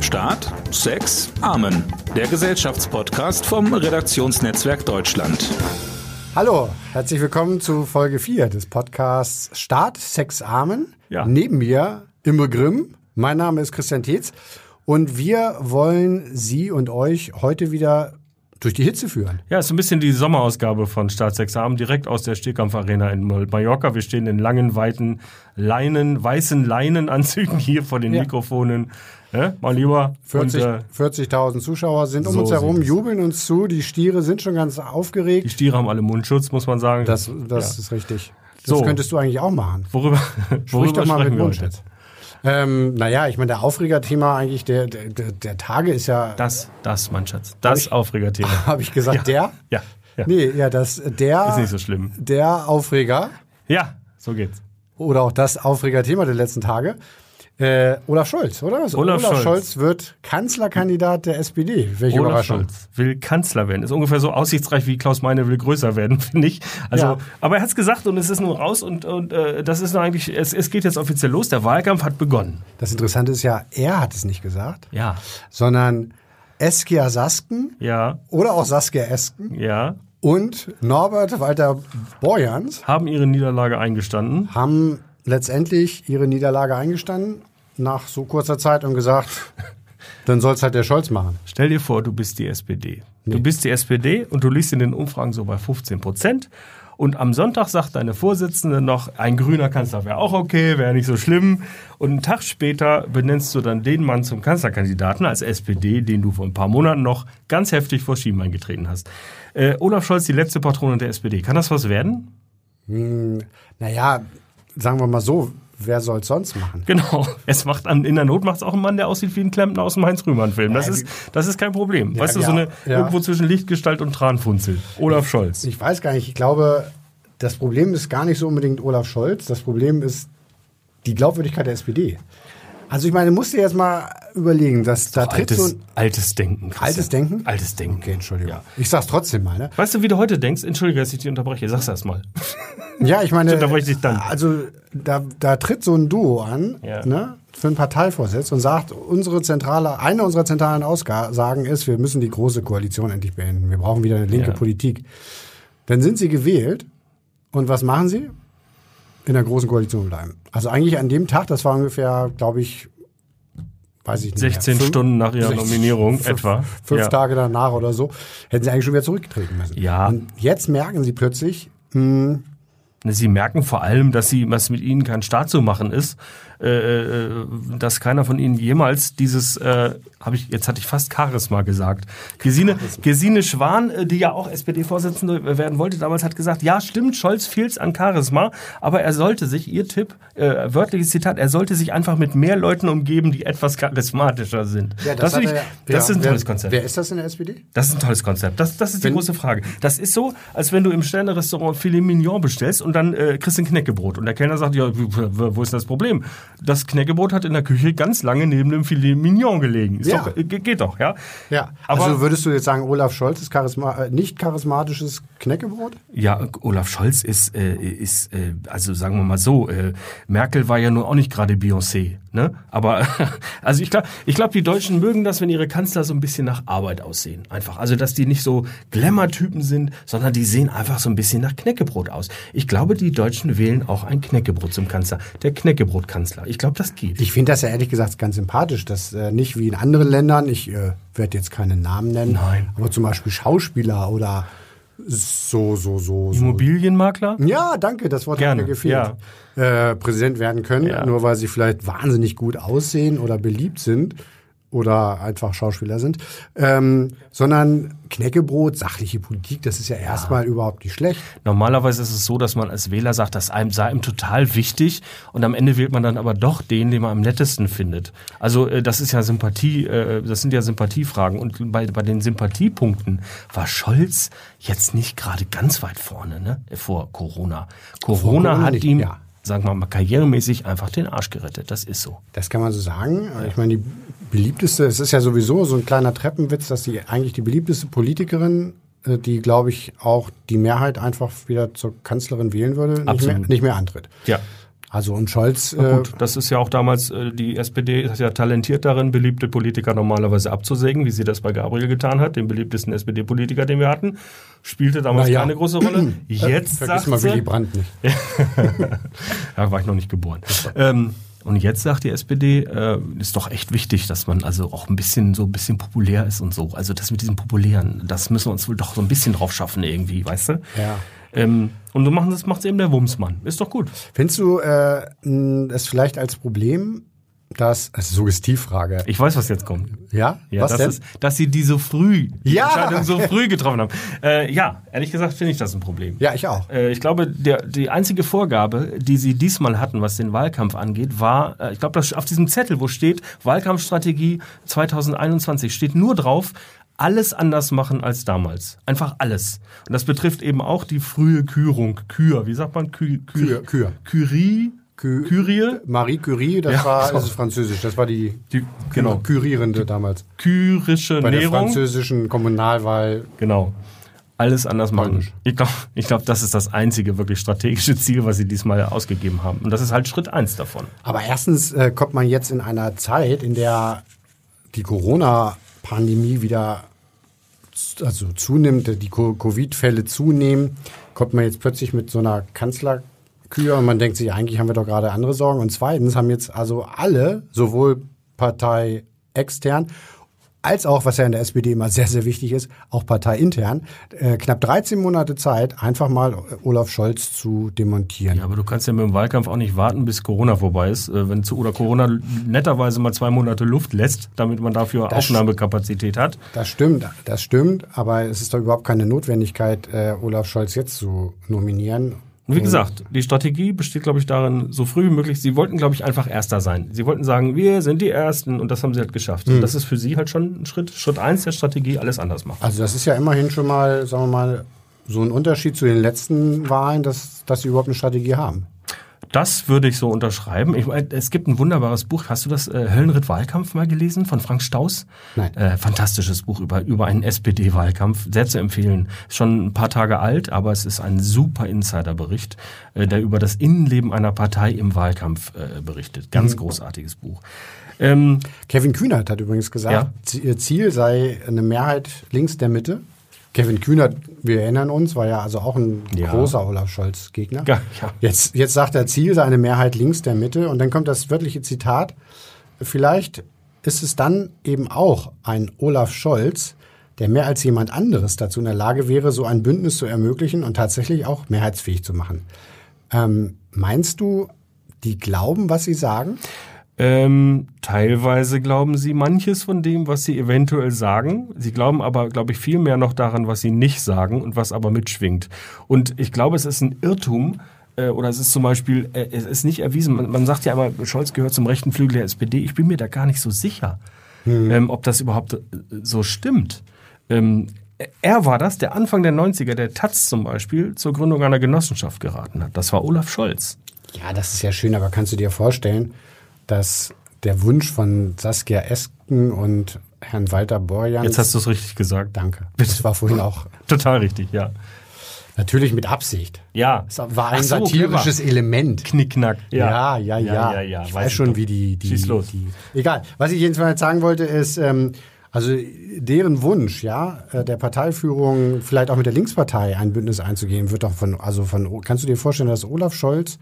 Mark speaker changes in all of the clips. Speaker 1: Staat, Sex, Amen. Der Gesellschaftspodcast vom Redaktionsnetzwerk Deutschland.
Speaker 2: Hallo, herzlich willkommen zu Folge 4 des Podcasts Staat, Sex, Amen.
Speaker 1: Ja.
Speaker 2: Neben mir Imre Grimm. Mein Name ist Christian Tietz. Und wir wollen Sie und euch heute wieder durch die Hitze führen.
Speaker 3: Ja, ist so ein bisschen die Sommerausgabe von Staatsexamen direkt aus der Stehkampf Arena in Mallorca. Wir stehen in langen, weiten Leinen, weißen Leinenanzügen hier vor den
Speaker 2: Ja.
Speaker 3: Mikrofonen. Ne, mein Lieber.
Speaker 2: 40
Speaker 3: Und, äh,
Speaker 2: 40.000 Zuschauer sind um
Speaker 3: so
Speaker 2: uns herum,
Speaker 3: sieht's.
Speaker 2: jubeln uns zu. Die Stiere sind schon ganz
Speaker 3: die
Speaker 2: aufgeregt.
Speaker 3: Stiere haben alle Mundschutz, muss man sagen.
Speaker 2: Das, das ist richtig. Das
Speaker 3: So.
Speaker 2: könntest du eigentlich auch machen.
Speaker 3: worüber
Speaker 2: Sprich doch mal mit
Speaker 3: wir
Speaker 2: Mundschutz.
Speaker 3: heute?
Speaker 2: Ähm, naja, ich meine, der Aufregerthema eigentlich der, der, der der Tage ist ja,
Speaker 3: Das, das, mein Schatz. Das Aufregerthema.
Speaker 2: habe ich gesagt, der?
Speaker 3: Ja, ja.
Speaker 2: Nee, ja, das, der,
Speaker 3: Ist nicht so schlimm.
Speaker 2: der Aufreger
Speaker 3: Ja, so geht's.
Speaker 2: oder auch das Aufregerthema der letzten Tage. Äh, Olaf Scholz, oder? Also
Speaker 3: Olaf
Speaker 2: Scholz.
Speaker 3: Scholz.
Speaker 2: wird Kanzlerkandidat der SPD. Welche
Speaker 3: Olaf
Speaker 2: Überraschung.
Speaker 3: Scholz will Kanzler werden. Ist ungefähr so aussichtsreich wie Klaus Meine will größer werden, finde ich. Also,
Speaker 2: Ja.
Speaker 3: aber er hat's gesagt und es ist nun raus und, und äh, das ist nun eigentlich, es, es geht jetzt offiziell los. Der Wahlkampf hat begonnen.
Speaker 2: Das Interessante ist ja, er hat es nicht gesagt,
Speaker 3: Ja.
Speaker 2: sondern Eskia Sasken
Speaker 3: Ja,
Speaker 2: oder auch Saskia Esken
Speaker 3: ja.
Speaker 2: und Norbert Walter Borjans
Speaker 3: Haben ihre Niederlage eingestanden.
Speaker 2: haben letztendlich ihre Niederlage eingestanden nach so kurzer Zeit und gesagt, dann soll es halt der Scholz machen.
Speaker 3: Stell dir vor, du bist die SPD. Du bist die SPD und du liegst in den Umfragen so bei 15 Prozent. Und am Sonntag sagt deine Vorsitzende noch, ein grüner Kanzler wäre auch okay, wäre nicht so schlimm. Und einen Tag später benennst du dann den Mann zum Kanzlerkandidaten als SPD, den du vor ein paar Monaten noch ganz heftig vor Schienbein getreten hast. Äh, Olaf Scholz, die letzte Patrone der SPD. Kann das was werden?
Speaker 2: Naja, sagen wir mal so, wer soll es sonst machen?
Speaker 3: Genau. Es macht an, in der Not macht es auch ein Mann, der aussieht wie ein Klempner aus dem Heinz-Rühmann-Film. Das ist, das ist kein Problem. weißt du,
Speaker 2: ja,
Speaker 3: so eine
Speaker 2: ja.
Speaker 3: irgendwo zwischen Lichtgestalt und Tranfunzel. Olaf Scholz.
Speaker 2: Ich weiß gar nicht, ich glaube, das Problem ist gar nicht so unbedingt Olaf Scholz, das Problem ist die Glaubwürdigkeit der SPD. Also ich meine, musst du jetzt mal überlegen, dass da tritt so
Speaker 3: Altes,
Speaker 2: ein
Speaker 3: altes Denken. Christian.
Speaker 2: Altes Denken?
Speaker 3: Altes Denken.
Speaker 2: Okay, Entschuldigung.
Speaker 3: Ja.
Speaker 2: Ich sag's trotzdem mal, ne?
Speaker 3: Weißt du, wie du heute denkst? Entschuldige, dass ich dich unterbreche. Sag's erst mal.
Speaker 2: Ja, ich meine,
Speaker 3: Ich unterbreche dich dann.
Speaker 2: also da, da tritt so ein Duo an,
Speaker 3: Ja.
Speaker 2: ne, für einen Parteivorsitz und sagt, unsere zentrale, eine unserer zentralen Aussagen ist, wir müssen die große Koalition endlich beenden. Wir brauchen wieder eine linke
Speaker 3: Ja.
Speaker 2: Politik. Dann sind sie gewählt und was machen sie? In der großen Koalition bleiben. Also eigentlich an dem Tag, das war ungefähr, glaube ich, weiß ich nicht. mehr,
Speaker 3: 16
Speaker 2: fünf-
Speaker 3: Stunden nach ihrer
Speaker 2: 16
Speaker 3: Nominierung
Speaker 2: fünf-
Speaker 3: etwa.
Speaker 2: Fünf
Speaker 3: Ja.
Speaker 2: Tage danach oder so, hätten sie eigentlich schon wieder zurückgetreten müssen.
Speaker 3: Ja.
Speaker 2: Und jetzt merken sie plötzlich,
Speaker 3: Ne, Sie merken vor allem, dass sie, was mit ihnen kein Staat zu machen ist, äh, äh, dass keiner von ihnen jemals dieses, äh, hab ich, jetzt hatte ich fast Charisma gesagt. Gesine, Gesine Schwan, äh, die ja auch SPD-Vorsitzende werden wollte damals, hat gesagt, ja stimmt, Scholz fehlt's an Charisma, aber er sollte sich, ihr Tipp, äh, wörtliches Zitat, er sollte sich einfach mit mehr Leuten umgeben, die etwas charismatischer sind.
Speaker 2: Ja,
Speaker 3: das
Speaker 2: hat
Speaker 3: finde ich,
Speaker 2: er ja-
Speaker 3: das
Speaker 2: ja,
Speaker 3: ist ein
Speaker 2: wer,
Speaker 3: tolles Konzept.
Speaker 2: Wer ist das in der SPD?
Speaker 3: Das ist ein tolles Konzept. Das, das ist die große Frage. Das ist so, als wenn du im Sterne-Restaurant Filet Mignon bestellst und dann äh, kriegst du ein Knäckebrot. Und der Kellner sagt, ja, w- w- wo ist das Problem? Das Knäckebrot hat in der Küche ganz lange neben dem Filet Mignon gelegen. Ist
Speaker 2: Ja.
Speaker 3: doch, äh, ge- geht doch, ja?
Speaker 2: Ja,
Speaker 3: Aber,
Speaker 2: also würdest du jetzt sagen, Olaf Scholz ist charisma äh, nicht charismatisches Knäckebrot?
Speaker 3: ja, Olaf Scholz ist, äh, ist äh, also sagen wir mal so, äh, Merkel war ja nur auch nicht gerade Beyoncé, ne? Aber, also ich glaube, ich glaub, die Deutschen mögen das, wenn ihre Kanzler so ein bisschen nach Arbeit aussehen. Einfach. Also, dass die nicht so Glamour-Typen sind, sondern die sehen einfach so ein bisschen nach Knäckebrot aus. Ich glaube, die Deutschen wählen auch ein Knäckebrot zum Kanzler. Der Knäckebrot-Kanzler. Ich glaube, das geht.
Speaker 2: Ich finde das ja ehrlich gesagt ganz sympathisch, dass äh, nicht wie in anderen Ländern, ich äh, werde jetzt keine Namen nennen,
Speaker 3: Nein.
Speaker 2: aber zum Beispiel Schauspieler oder so, so, so. so.
Speaker 3: Immobilienmakler?
Speaker 2: Ja, danke, das Wort
Speaker 3: Gerne,
Speaker 2: hat mir gefehlt. Äh, Präsident werden können,
Speaker 3: Ja.
Speaker 2: nur weil sie vielleicht wahnsinnig gut aussehen oder beliebt sind oder einfach Schauspieler sind, ähm, sondern Knäckebrot, sachliche Politik, das ist ja erstmal überhaupt nicht schlecht.
Speaker 3: Normalerweise ist es so, dass man als Wähler sagt, das einem sei ihm total wichtig und am Ende wählt man dann aber doch den, den man am nettesten findet. Also äh, das ist ja Sympathie, äh, das sind ja Sympathiefragen und bei, bei den Sympathiepunkten war Scholz jetzt nicht gerade ganz weit vorne, ne? Vor Corona. Corona,
Speaker 2: Corona
Speaker 3: hat
Speaker 2: nicht,
Speaker 3: ihm,
Speaker 2: ja.
Speaker 3: sagen wir mal, karrieremäßig einfach den Arsch gerettet. Das ist so.
Speaker 2: Das kann man so sagen. Also Ich meine, die beliebteste, es ist ja sowieso so ein kleiner Treppenwitz, dass sie eigentlich die beliebteste Politikerin, äh, die, glaube ich, auch die Mehrheit einfach wieder zur Kanzlerin wählen würde, nicht mehr,
Speaker 3: Absolut.
Speaker 2: nicht mehr antritt.
Speaker 3: Ja.
Speaker 2: Also und Scholz,
Speaker 3: Na
Speaker 2: äh,
Speaker 3: Gut, das ist ja auch damals, äh, die SPD ist ja talentiert darin, beliebte Politiker normalerweise abzusägen, wie sie das bei Gabriel getan hat, dem beliebtesten SPD-Politiker, den wir hatten. Spielte damals
Speaker 2: Na ja. Mhm. Äh,
Speaker 3: keine große Rolle.
Speaker 2: vergiss
Speaker 3: Jetzt sagt
Speaker 2: mal Willy
Speaker 3: sie,
Speaker 2: Brandt nicht.
Speaker 3: da war ich noch nicht geboren. Ähm, und jetzt sagt die SPD, äh, ist doch echt wichtig, dass man also auch ein bisschen so ein bisschen populär ist und so. Also das mit diesem Populären, das müssen wir uns wohl doch so ein bisschen drauf schaffen irgendwie, weißt du?
Speaker 2: Ja.
Speaker 3: Ähm, und so machen das macht's eben der Wumsmann. Ist doch gut.
Speaker 2: Findest du äh, mh, es vielleicht als Problem, dass, das ist eine Suggestivfrage,
Speaker 3: Ich weiß, was jetzt kommt.
Speaker 2: ja?
Speaker 3: Ja,
Speaker 2: Was
Speaker 3: das
Speaker 2: denn?
Speaker 3: ist, dass sie die so früh, die
Speaker 2: Ja!
Speaker 3: Entscheidung so früh getroffen haben. Äh, ja, ehrlich gesagt finde ich das ein Problem.
Speaker 2: ja, ich auch.
Speaker 3: Äh, ich glaube, der, die einzige Vorgabe, die sie diesmal hatten, was den Wahlkampf angeht, war, äh, ich glaube, dass auf diesem Zettel, wo steht Wahlkampfstrategie 2021, steht nur drauf, alles anders machen als damals. Einfach alles. Und das betrifft eben auch die frühe Kürung. Kür, wie sagt man? Kü,
Speaker 2: Kür,
Speaker 3: Kür,
Speaker 2: Kür.
Speaker 3: Curie?
Speaker 2: Kü-
Speaker 3: Kyrie?
Speaker 2: Marie Curie, das
Speaker 3: Ja,
Speaker 2: war,
Speaker 3: so.
Speaker 2: das ist französisch, das war die,
Speaker 3: Die, genau.
Speaker 2: Kurierende damals.
Speaker 3: Kyrische
Speaker 2: Bei der
Speaker 3: Nährung.
Speaker 2: französischen Kommunalwahl.
Speaker 3: Genau. Alles anders machen.
Speaker 2: Polnisch.
Speaker 3: Ich glaube, ich glaub, das ist das einzige wirklich strategische Ziel, was sie diesmal ausgegeben haben. Und das ist halt Schritt eins davon.
Speaker 2: Aber erstens äh, kommt man jetzt in einer Zeit, in der die Corona-Pandemie wieder z- also zunimmt, die Co- Covid-Fälle zunehmen, kommt man jetzt plötzlich mit so einer Kanzlerkür und man denkt sich, eigentlich haben wir doch gerade andere Sorgen. Und zweitens haben jetzt also alle, sowohl Partei extern als auch, was ja in der SPD immer sehr, sehr wichtig ist, auch parteiintern, äh, knapp 13 Monate Zeit, einfach mal Olaf Scholz zu demontieren.
Speaker 3: Ja, aber du kannst ja mit dem Wahlkampf auch nicht warten, bis Corona vorbei ist. Äh, Wenn zu oder Corona netterweise mal zwei Monate Luft lässt, damit man dafür
Speaker 2: Das-
Speaker 3: Aufnahmekapazität hat.
Speaker 2: Das stimmt, das stimmt, aber es ist doch überhaupt keine Notwendigkeit, äh, Olaf Scholz jetzt zu nominieren.
Speaker 3: Und wie gesagt, die Strategie besteht, glaube ich, darin, so früh wie möglich. Sie wollten, glaube ich, einfach Erster sein. Sie wollten sagen, wir sind die Ersten und das haben sie halt geschafft. Und das ist für sie halt schon ein Schritt, Schritt eins der Strategie, alles anders machen.
Speaker 2: Also das ist ja immerhin schon mal, sagen wir mal, so ein Unterschied zu den letzten Wahlen, dass, dass sie überhaupt eine Strategie haben.
Speaker 3: Das würde ich so unterschreiben. Ich meine, es gibt ein wunderbares Buch. Hast du das äh, Höllenritt Wahlkampf mal gelesen von Frank Staus?
Speaker 2: Nein.
Speaker 3: Äh, fantastisches Buch über, über einen SPD-Wahlkampf. Sehr zu empfehlen. Ist Schon ein paar Tage alt, aber es ist ein super Insiderbericht, äh, der über das Innenleben einer Partei im Wahlkampf äh, berichtet. Ganz großartiges Buch. Ähm,
Speaker 2: Kevin Kühnert hat übrigens gesagt,
Speaker 3: Ja.
Speaker 2: Z- ihr Ziel sei eine Mehrheit links der Mitte. Kevin Kühnert, wir erinnern uns, war ja also auch ein
Speaker 3: Ja.
Speaker 2: großer Olaf Scholz-Gegner.
Speaker 3: Ja, ja.
Speaker 2: Jetzt, jetzt sagt er, Ziel sei eine Mehrheit links der Mitte. Und dann kommt das wörtliche Zitat. Vielleicht ist es dann eben auch ein Olaf Scholz, der mehr als jemand anderes dazu in der Lage wäre, so ein Bündnis zu ermöglichen und tatsächlich auch mehrheitsfähig zu machen. Ähm, meinst du, die glauben, was sie sagen?
Speaker 3: Ähm, teilweise glauben sie manches von dem, was sie eventuell sagen. Sie glauben aber, glaube ich, viel mehr noch daran, was sie nicht sagen und was aber mitschwingt. Und ich glaube, es ist ein Irrtum. äh, Oder es ist zum Beispiel, äh, es ist nicht erwiesen, man, man sagt ja immer, Scholz gehört zum rechten Flügel der SPD. Ich bin mir da gar nicht so sicher, ähm, ob das überhaupt äh, so stimmt. Ähm, er war das, der Anfang der 90er, der Taz zum Beispiel, zur Gründung einer Genossenschaft geraten hat. Das war Olaf Scholz.
Speaker 2: Ja, das ist ja schön, aber kannst du dir vorstellen, dass der Wunsch von Saskia Esken und Herrn Walter Borjans...
Speaker 3: Jetzt hast du es richtig gesagt.
Speaker 2: Danke. Das war vorhin auch
Speaker 3: Total richtig, ja.
Speaker 2: natürlich mit Absicht.
Speaker 3: Ja.
Speaker 2: Es war ein
Speaker 3: Ach so,
Speaker 2: satirisches Element.
Speaker 3: clever. Knickknack.
Speaker 2: Ja, ja, ja.
Speaker 3: ja, ja,
Speaker 2: ich
Speaker 3: weiß
Speaker 2: weiß schon,
Speaker 3: doch.
Speaker 2: wie die, die,
Speaker 3: Schieß los.
Speaker 2: die. Egal. Was ich jedenfalls sagen wollte, ist, ähm, also deren Wunsch, ja, äh, der Parteiführung, vielleicht auch mit der Linkspartei ein Bündnis einzugehen, wird doch von, also von, kannst du dir vorstellen, dass Olaf Scholz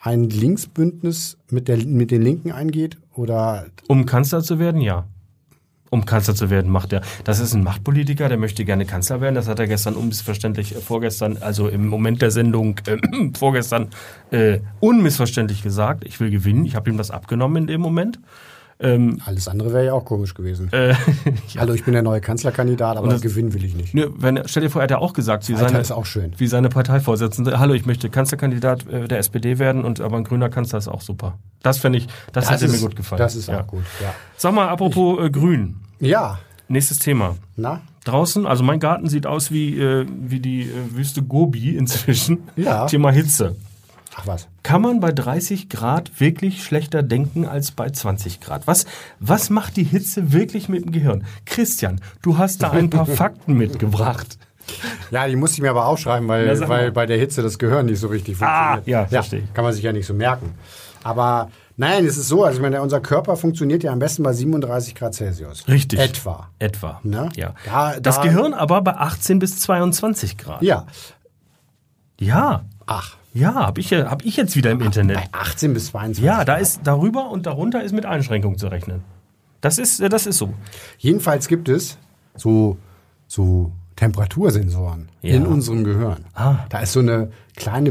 Speaker 2: ein Linksbündnis mit, der, mit den Linken eingeht? Oder
Speaker 3: Um Kanzler zu werden, ja. Um Kanzler zu werden, macht er. Das ist ein Machtpolitiker, der möchte gerne Kanzler werden. Das hat er gestern unmissverständlich, äh, vorgestern, also im Moment der Sendung, äh, vorgestern, äh, unmissverständlich gesagt. Ich will gewinnen. Ich habe ihm das abgenommen in dem Moment.
Speaker 2: alles andere wäre ja auch komisch gewesen.
Speaker 3: Äh,
Speaker 2: Hallo, ich bin der neue Kanzlerkandidat, aber
Speaker 3: das-
Speaker 2: gewinnen will ich nicht.
Speaker 3: Nö, wenn, er- stell dir vor, er hat ja auch gesagt, wie
Speaker 2: Alter,
Speaker 3: seine,
Speaker 2: ist auch schön.
Speaker 3: wie seine Parteivorsitzende, hallo, ich möchte Kanzlerkandidat äh, der SPD werden, und aber ein grüner Kanzler ist auch super. Das fände ich, das, hätte
Speaker 2: ist,
Speaker 3: mir gut gefallen.
Speaker 2: Das ist
Speaker 3: ja.
Speaker 2: auch gut, ja.
Speaker 3: Sag mal, apropos äh, Grün.
Speaker 2: Ja,
Speaker 3: Nächstes Thema.
Speaker 2: na?
Speaker 3: Draußen, also mein Garten sieht aus wie, äh, wie die äh, Wüste Gobi inzwischen.
Speaker 2: Ja.
Speaker 3: Thema Hitze.
Speaker 2: Ach was.
Speaker 3: Kann man bei 30 Grad wirklich schlechter denken als bei 20 Grad? Was, was macht die Hitze wirklich mit dem Gehirn? Christian, du hast da ein paar Fakten mitgebracht.
Speaker 2: Ja, die musste ich mir aber aufschreiben, weil,
Speaker 3: Na, sag mal.
Speaker 2: weil bei der Hitze das Gehirn nicht so richtig
Speaker 3: Ah,
Speaker 2: funktioniert.
Speaker 3: ja, verstehe ich.
Speaker 2: Kann man sich ja nicht so merken. Aber nein, es ist so, also ich meine, unser Körper funktioniert ja am besten bei 37 Grad Celsius.
Speaker 3: Richtig.
Speaker 2: Etwa.
Speaker 3: Etwa.
Speaker 2: Ne?
Speaker 3: Ja.
Speaker 2: Da-
Speaker 3: das
Speaker 2: da-
Speaker 3: Gehirn aber bei 18 bis 22 Grad.
Speaker 2: Ja.
Speaker 3: Ja,
Speaker 2: Ach,
Speaker 3: ja habe ich, ja- hab ich jetzt wieder im Internet.
Speaker 2: bei 18 bis 22.
Speaker 3: Ja, da ist darüber und darunter ist mit Einschränkung zu rechnen. Das ist, äh, das ist so.
Speaker 2: Jedenfalls gibt es so, so Temperatursensoren
Speaker 3: Ja.
Speaker 2: in unserem Gehirn.
Speaker 3: Ah.
Speaker 2: Da ist so eine kleine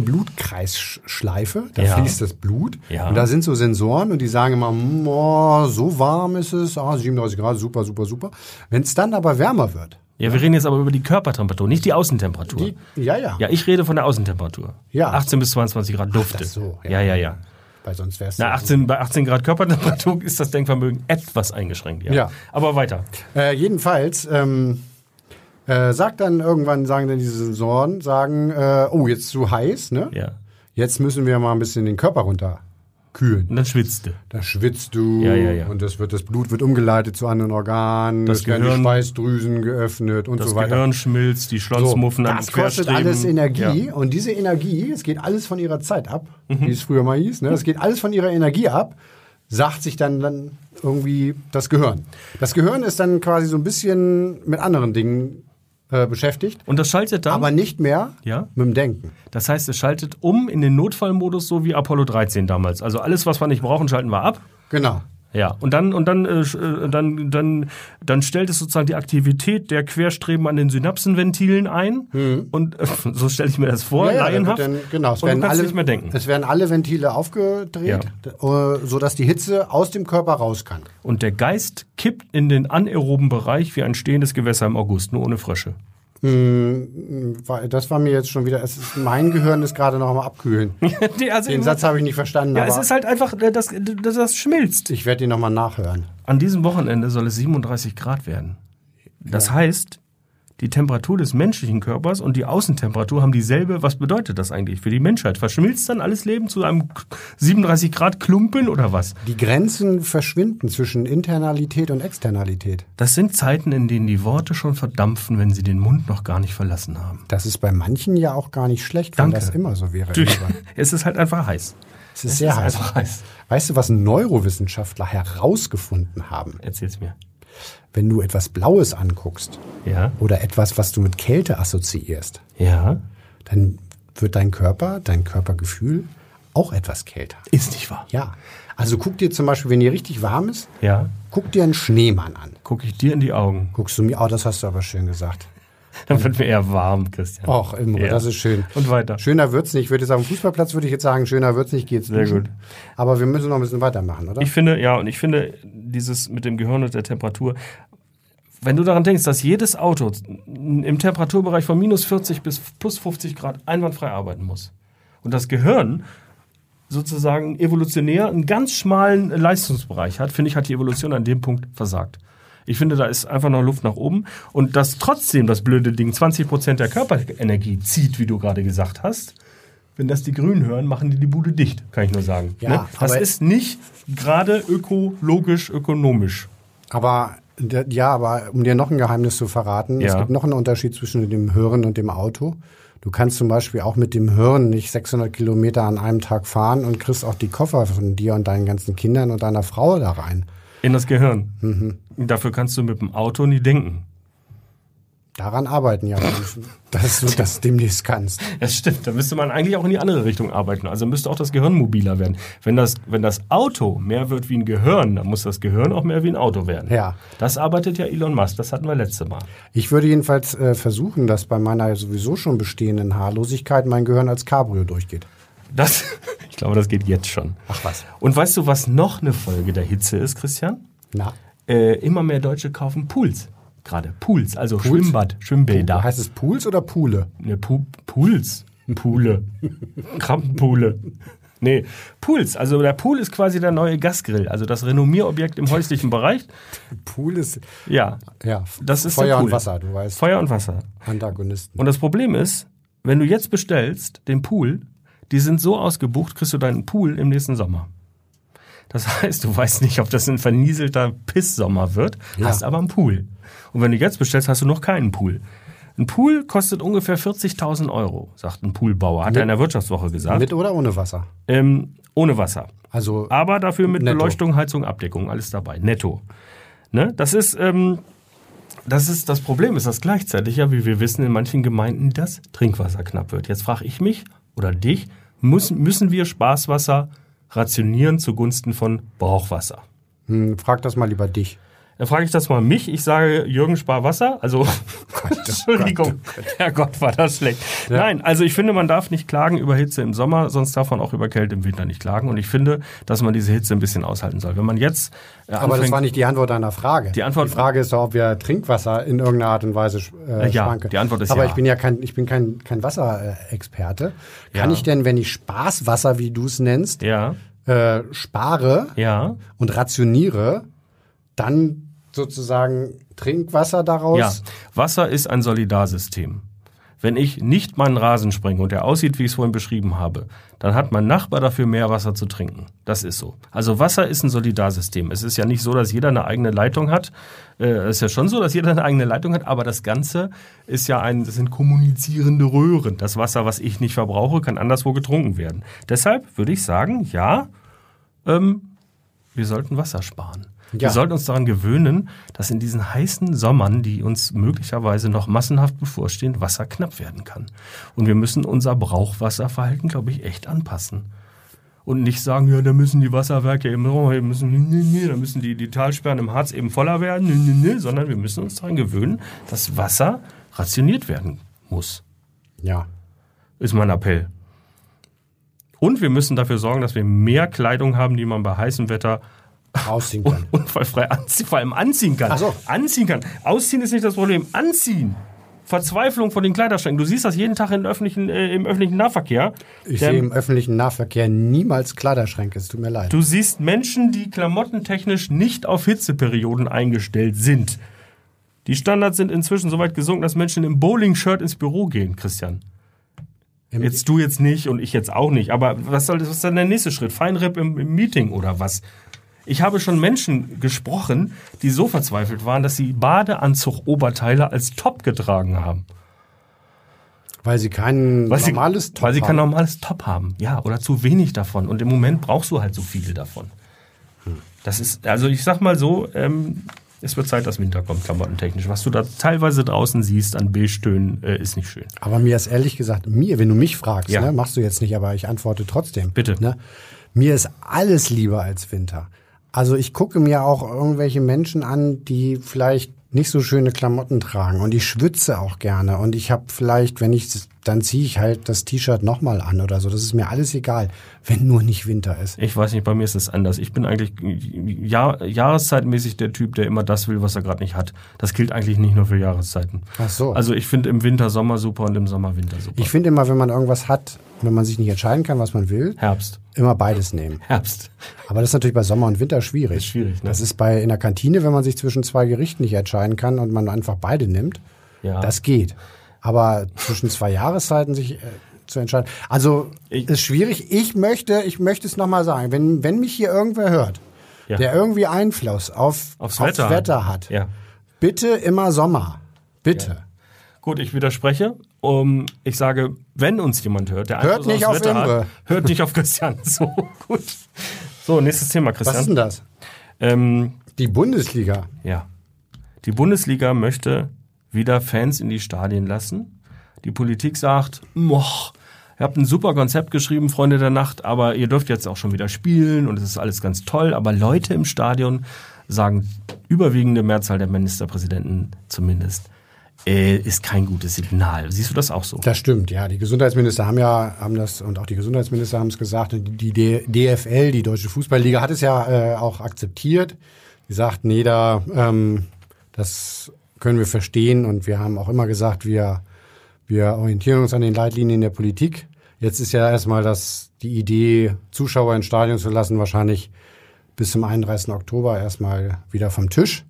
Speaker 2: Blutkreisschleife, da
Speaker 3: Ja.
Speaker 2: fließt das Blut.
Speaker 3: Ja.
Speaker 2: Und da sind so Sensoren und die sagen immer, "Mm, oh, so warm ist es, ah, 37 Grad, super, super, super. Wenn es dann aber wärmer wird,
Speaker 3: Ja, wir reden jetzt aber über die Körpertemperatur, nicht die Außentemperatur.
Speaker 2: die, ja, ja,
Speaker 3: ja, ich rede von der Außentemperatur.
Speaker 2: Ja.
Speaker 3: 18 bis 22 Grad Dufte.
Speaker 2: das so,
Speaker 3: ja,
Speaker 2: ja.
Speaker 3: ja, ja.
Speaker 2: weil sonst wäre es.
Speaker 3: Na, 18, bei 18 Grad Körpertemperatur ist das Denkvermögen etwas eingeschränkt. Ja.
Speaker 2: Ja.
Speaker 3: Aber weiter.
Speaker 2: Äh, jedenfalls ähm, äh, sagt dann irgendwann, sagen dann diese Sensoren, sagen, äh, oh, jetzt zu heiß, ne?
Speaker 3: Ja.
Speaker 2: Jetzt müssen wir mal ein bisschen den Körper runterkühlen.
Speaker 3: Und dann schwitzte.
Speaker 2: Da schwitzt du
Speaker 3: Ja, ja, ja.
Speaker 2: und das, wird, das Blut wird umgeleitet zu anderen Organen,
Speaker 3: Das
Speaker 2: das es werden
Speaker 3: Gehirn-
Speaker 2: die Schweißdrüsen geöffnet und
Speaker 3: Das
Speaker 2: so weiter.
Speaker 3: Gehirn schmilzt, die
Speaker 2: so,
Speaker 3: Schlonsmuffen an
Speaker 2: das
Speaker 3: den
Speaker 2: kostet
Speaker 3: Querstreben.
Speaker 2: alles Energie
Speaker 3: Ja.
Speaker 2: und diese Energie, es geht alles von ihrer Zeit ab,
Speaker 3: Mhm.
Speaker 2: wie es früher mal hieß, ne? es geht alles von ihrer Energie ab, sagt sich dann, dann irgendwie das Gehirn. Das Gehirn ist dann quasi so ein bisschen mit anderen Dingen äh, beschäftigt,
Speaker 3: Und das schaltet dann,
Speaker 2: aber nicht mehr
Speaker 3: Ja.
Speaker 2: mit dem Denken.
Speaker 3: das heißt, es schaltet um in den Notfallmodus, so wie Apollo 13 damals. Also alles, was wir nicht brauchen, schalten wir ab.
Speaker 2: Genau.
Speaker 3: Ja, und dann und dann, äh, sch- äh, dann dann dann stellt es sozusagen die Aktivität der Querstreben an den Synapsenventilen ein und äh, so stelle ich mir das vor,
Speaker 2: Mhm. Ja, ja, dann
Speaker 3: laienhaft.
Speaker 2: wird dann, genau, es
Speaker 3: und du
Speaker 2: werden
Speaker 3: kannst
Speaker 2: alle, Äh.
Speaker 3: nicht mehr denken.
Speaker 2: Es werden alle Ventile aufgedreht, äh, sodass die Hitze aus dem Körper raus kann.
Speaker 3: Und der Geist kippt in den anaeroben Bereich wie ein stehendes Gewässer im August, nur ohne Frösche.
Speaker 2: Weil Das war mir jetzt schon wieder. Es ist, mein Gehirn ist gerade noch mal abkühlen.
Speaker 3: Nee, also
Speaker 2: Den Satz habe ich nicht verstanden,
Speaker 3: ja, es
Speaker 2: aber
Speaker 3: ist halt einfach, äh, das, das, das schmilzt.
Speaker 2: ich werde ihn noch mal nachhören.
Speaker 3: An diesem Wochenende soll es 37 Grad werden. Das heißt, die Temperatur des menschlichen Körpers und die Außentemperatur haben dieselbe. Was bedeutet das eigentlich für die Menschheit? Verschmilzt dann alles Leben zu einem 37 Grad Klumpen oder was?
Speaker 2: Die Grenzen verschwinden zwischen Internalität und Externalität.
Speaker 3: Das sind Zeiten, in denen die Worte schon verdampfen, wenn sie den Mund noch gar nicht verlassen haben.
Speaker 2: Das ist bei manchen ja auch gar nicht schlecht, wenn
Speaker 3: Danke.
Speaker 2: das immer so wäre.
Speaker 3: Es ist halt einfach heiß.
Speaker 2: Es ist sehr heiß.
Speaker 3: einfach also heiß.
Speaker 2: Weißt du, was Neurowissenschaftler herausgefunden haben?
Speaker 3: Erzähl's mir.
Speaker 2: Wenn du etwas Blaues anguckst
Speaker 3: Ja.
Speaker 2: oder etwas, was du mit Kälte assoziierst,
Speaker 3: Ja.
Speaker 2: dann wird dein Körper, dein Körpergefühl auch etwas kälter.
Speaker 3: Ist nicht wahr.
Speaker 2: Ja. Also guck dir zum Beispiel, wenn dir richtig warm ist,
Speaker 3: Ja.
Speaker 2: guck dir einen Schneemann an.
Speaker 3: Guck ich dir in die Augen.
Speaker 2: Guckst du mir, oh, das hast du aber schön gesagt.
Speaker 3: Dann wird mir eher warm, Christian.
Speaker 2: Och, Imre,
Speaker 3: Ja.
Speaker 2: das ist schön.
Speaker 3: Und weiter.
Speaker 2: Schöner wird's nicht. Ich würde jetzt auf dem Fußballplatz würde ich jetzt sagen, schöner wird's nicht, geh jetzt
Speaker 3: Sehr
Speaker 2: duschen.
Speaker 3: gut.
Speaker 2: Aber wir müssen noch ein bisschen weitermachen, oder?
Speaker 3: Ich finde, ja, und ich finde, dieses mit dem Gehirn und der Temperatur, wenn du daran denkst, dass jedes Auto im Temperaturbereich von minus 40 bis plus 50 Grad einwandfrei arbeiten muss und das Gehirn sozusagen evolutionär einen ganz schmalen Leistungsbereich hat, finde ich, hat die Evolution an dem Punkt versagt. Ich finde, da ist einfach noch Luft nach oben und dass trotzdem das blöde Ding 20% der Körperenergie zieht, wie du gerade gesagt hast. Wenn das die Grünen hören, machen die die Bude dicht, kann ich nur sagen. Ne?
Speaker 2: Ja,
Speaker 3: Das
Speaker 2: aber-
Speaker 3: ist nicht gerade ökologisch, ökonomisch.
Speaker 2: Aber d- ja, aber um dir noch ein Geheimnis zu verraten, es
Speaker 3: Ja.
Speaker 2: gibt noch einen Unterschied zwischen dem Hirn und dem Auto. Du kannst zum Beispiel auch mit dem Hirn nicht 600 Kilometer an einem Tag fahren und kriegst auch die Koffer von dir und deinen ganzen Kindern und deiner Frau da rein.
Speaker 3: In das Gehirn.
Speaker 2: Mhm.
Speaker 3: Dafür kannst du mit dem Auto nie denken.
Speaker 2: Daran arbeiten ja Menschen, dass du das demnächst kannst.
Speaker 3: Das stimmt, da müsste man eigentlich auch in die andere Richtung arbeiten. Also müsste auch das Gehirn mobiler werden. Wenn das, wenn das Auto mehr wird wie ein Gehirn, dann muss das Gehirn auch mehr wie ein Auto werden.
Speaker 2: Ja.
Speaker 3: Das arbeitet ja Elon Musk, das hatten wir letzte Mal.
Speaker 2: Ich würde jedenfalls äh, versuchen, dass bei meiner sowieso schon bestehenden Haarlosigkeit mein Gehirn als Cabrio durchgeht.
Speaker 3: Das, ich glaube, das geht jetzt schon.
Speaker 2: Ach was.
Speaker 3: Und weißt du, was noch eine Folge der Hitze ist, Christian?
Speaker 2: Na,
Speaker 3: Äh, immer mehr Deutsche kaufen Pools. Gerade Pools, also Schwimmbad, Schwimmbäder.
Speaker 2: heißt es Pools oder Poole?
Speaker 3: Ne, Pu Pools. Poole. Krabbenpoole. Nee, Pools. Also der Pool ist quasi der neue Gasgrill. Also das Renommierobjekt im häuslichen Bereich.
Speaker 2: Pool ist
Speaker 3: Ja.
Speaker 2: ja
Speaker 3: Das ist der
Speaker 2: Feuer und
Speaker 3: Pool.
Speaker 2: Wasser, du weißt.
Speaker 3: Feuer und Wasser.
Speaker 2: Antagonisten.
Speaker 3: Und das Problem ist, wenn du jetzt bestellst, den Pool, die sind so ausgebucht, kriegst du deinen Pool im nächsten Sommer. Das heißt, du weißt nicht, ob das ein vernieselter Pisssommer wird, hast aber einen Pool. Und wenn du jetzt bestellst, hast du noch keinen Pool. Ein Pool kostet ungefähr 40.000 Euro, sagt ein Poolbauer. Hat er in der Wirtschaftswoche gesagt.
Speaker 2: Mit oder ohne Wasser?
Speaker 3: ähm, ohne Wasser.
Speaker 2: Also
Speaker 3: Aber dafür mit
Speaker 2: Netto.
Speaker 3: Beleuchtung, Heizung, Abdeckung, alles dabei. Netto. Ne? Das ist, ähm, das ist, das Problem ist, dass gleichzeitig ja, wie wir wissen, in manchen Gemeinden das Trinkwasser knapp wird. Jetzt frage ich mich oder dich, müssen, müssen wir Spaßwasser rationieren zugunsten von Brauchwasser?
Speaker 2: hm, frag das mal lieber dich.
Speaker 3: Dann frage ich das mal mich. Ich sage Jürgen spar Wasser.
Speaker 2: Oh
Speaker 3: Also Entschuldigung. Herrgott, war das schlecht. Nein, also ich finde, man darf nicht klagen über Hitze im Sommer, sonst darf man auch über Kälte im Winter nicht klagen. Und ich finde, dass man diese Hitze ein bisschen aushalten soll. Wenn man jetzt äh,
Speaker 2: Aber das
Speaker 3: anfängt-
Speaker 2: war nicht die Antwort deiner Frage.
Speaker 3: Die Antwort-
Speaker 2: die Frage ist doch, ob wir Trinkwasser in irgendeiner Art und Weise äh,
Speaker 3: Äh, ja,
Speaker 2: schwanken.
Speaker 3: die Antwort ist
Speaker 2: Aber
Speaker 3: ja.
Speaker 2: ich bin ja kein, ich bin kein, kein Wasserexperte. Kann
Speaker 3: Ja.
Speaker 2: ich denn, wenn ich Spaßwasser, wie du es nennst,
Speaker 3: ja,
Speaker 2: äh, spare
Speaker 3: ja,
Speaker 2: und rationiere, dann sozusagen Trinkwasser daraus?
Speaker 3: ja. Wasser ist ein Solidarsystem. Wenn ich nicht meinen Rasen sprenge und der aussieht, wie ich es vorhin beschrieben habe, dann hat mein Nachbar dafür mehr Wasser zu trinken. Das ist so. Also Wasser ist ein Solidarsystem. Es ist ja nicht so, dass jeder eine eigene Leitung hat. Äh, Es ist ja schon so, dass jeder eine eigene Leitung hat, aber das Ganze ist ja ein, das sind kommunizierende Röhren. Das Wasser, was ich nicht verbrauche, kann anderswo getrunken werden. Deshalb würde ich sagen, ja, ähm, wir sollten Wasser sparen. Wir
Speaker 2: Ja.
Speaker 3: sollten uns daran gewöhnen, dass in diesen heißen Sommern, die uns möglicherweise noch massenhaft bevorstehen, Wasser knapp werden kann. Und wir müssen unser Brauchwasserverhalten, glaube ich, echt anpassen. Und nicht sagen, ja, da müssen die Wasserwerke eben, oh, hier müssen, nee, nee, nee, da müssen die, die Talsperren im Harz eben voller werden, nee, nee, nee, sondern wir müssen uns daran gewöhnen, dass Wasser rationiert werden muss
Speaker 2: ja.
Speaker 3: ist mein Appell. Und wir müssen dafür sorgen, dass wir mehr Kleidung haben, die man bei heißem Wetter
Speaker 2: Rausziehen
Speaker 3: un
Speaker 2: kann.
Speaker 3: unfallfrei anzie vor allem anziehen kann.
Speaker 2: Ach so.
Speaker 3: Anziehen kann. Ausziehen ist nicht das Problem. Anziehen. Verzweiflung von den Kleiderschränken. Du siehst das jeden Tag in öffentlichen, äh, im öffentlichen Nahverkehr.
Speaker 2: Ich
Speaker 3: Der-
Speaker 2: sehe im öffentlichen Nahverkehr niemals Kleiderschränke, es tut mir leid.
Speaker 3: Du siehst Menschen, die klamottentechnisch nicht auf Hitzeperioden eingestellt sind. Die Standards sind inzwischen so weit gesunken, dass Menschen im Bowling-Shirt ins Büro gehen, Christian.
Speaker 2: Im-
Speaker 3: Jetzt du jetzt nicht und ich jetzt auch nicht. Aber was soll das? Was ist dann der nächste Schritt? Feinripp im, im Meeting oder was? Ich habe schon Menschen gesprochen, die so verzweifelt waren, dass sie Badeanzug-Oberteile als Top getragen haben.
Speaker 2: weil sie kein
Speaker 3: Weil sie-
Speaker 2: normales Top
Speaker 3: Weil sie kein
Speaker 2: haben.
Speaker 3: normales Top haben. Ja, oder zu wenig davon. Und im Moment brauchst du halt so viel davon. Das ist, also ich sag mal so, ähm, es wird Zeit, dass Winter kommt, klamottentechnisch. Was du da teilweise draußen siehst an B-Stöhnen, äh, ist nicht schön.
Speaker 2: Aber mir ist ehrlich gesagt, mir, wenn du mich fragst,
Speaker 3: Ja.
Speaker 2: ne, machst du jetzt nicht, aber ich antworte trotzdem.
Speaker 3: Bitte.
Speaker 2: Ne? Mir ist alles lieber als Winter. Also ich gucke mir auch irgendwelche Menschen an, die vielleicht nicht so schöne Klamotten tragen und ich schwitze auch gerne und ich habe vielleicht, wenn ich dann ziehe ich halt das T-Shirt nochmal an oder so. Das ist mir alles egal, wenn nur nicht Winter ist.
Speaker 3: Ich weiß nicht, bei mir ist es anders. Ich bin eigentlich ja, jahreszeitmäßig der Typ, der immer das will, was er gerade nicht hat. Das gilt eigentlich nicht nur für Jahreszeiten.
Speaker 2: Ach so.
Speaker 3: Also ich finde im Winter Sommer super und im Sommer Winter super.
Speaker 2: Ich finde immer, wenn man irgendwas hat, wenn man sich nicht entscheiden kann, was man will,
Speaker 3: Herbst.
Speaker 2: immer beides nehmen.
Speaker 3: Herbst.
Speaker 2: Aber das ist natürlich bei Sommer und Winter schwierig.
Speaker 3: Ist schwierig, ne?
Speaker 2: Das ist bei in der Kantine, wenn man sich zwischen zwei Gerichten nicht entscheiden kann und man einfach beide nimmt,
Speaker 3: Ja.
Speaker 2: das geht. Aber zwischen zwei Jahreszeiten sich äh, zu entscheiden, also
Speaker 3: Ich-
Speaker 2: ist schwierig. Ich möchte, ich möchte es nochmal sagen, wenn wenn mich hier irgendwer hört,
Speaker 3: Ja.
Speaker 2: der irgendwie Einfluss auf
Speaker 3: Aufs Wetter.
Speaker 2: hat,
Speaker 3: Ja.
Speaker 2: bitte immer Sommer, bitte.
Speaker 3: Gut, ich widerspreche. Um, ich sage, wenn uns jemand hört, der Einfluss
Speaker 2: nicht
Speaker 3: aufs
Speaker 2: auf
Speaker 3: Wetter
Speaker 2: Imre.
Speaker 3: hat, hört nicht auf Christian. So, gut. So, nächstes Thema,
Speaker 2: Was ist denn
Speaker 3: Christian.
Speaker 2: das?
Speaker 3: Ähm,
Speaker 2: Die Bundesliga.
Speaker 3: ja. Die Bundesliga möchte wieder Fans in die Stadien lassen. Die Politik sagt, moch, ihr habt ein super Konzept geschrieben, Freunde der Nacht, aber ihr dürft jetzt auch schon wieder spielen und es ist alles ganz toll. Aber Leute im Stadion sagen, überwiegende Mehrzahl der Ministerpräsidenten zumindest, äh, ist kein gutes Signal. Siehst du das auch so?
Speaker 2: Das stimmt, ja. Die Gesundheitsminister haben ja, haben das und auch die Gesundheitsminister haben es gesagt. Und Die, die DFL, die Deutsche Fußballliga, hat es ja äh, auch akzeptiert. Die sagt, nee, da, ähm, das können wir verstehen und wir haben auch immer gesagt, wir, wir orientieren uns an den Leitlinien der Politik. Jetzt ist ja erstmal das, die Idee, Zuschauer ins Stadion zu lassen, wahrscheinlich bis zum 31. Oktober erstmal wieder vom Tisch.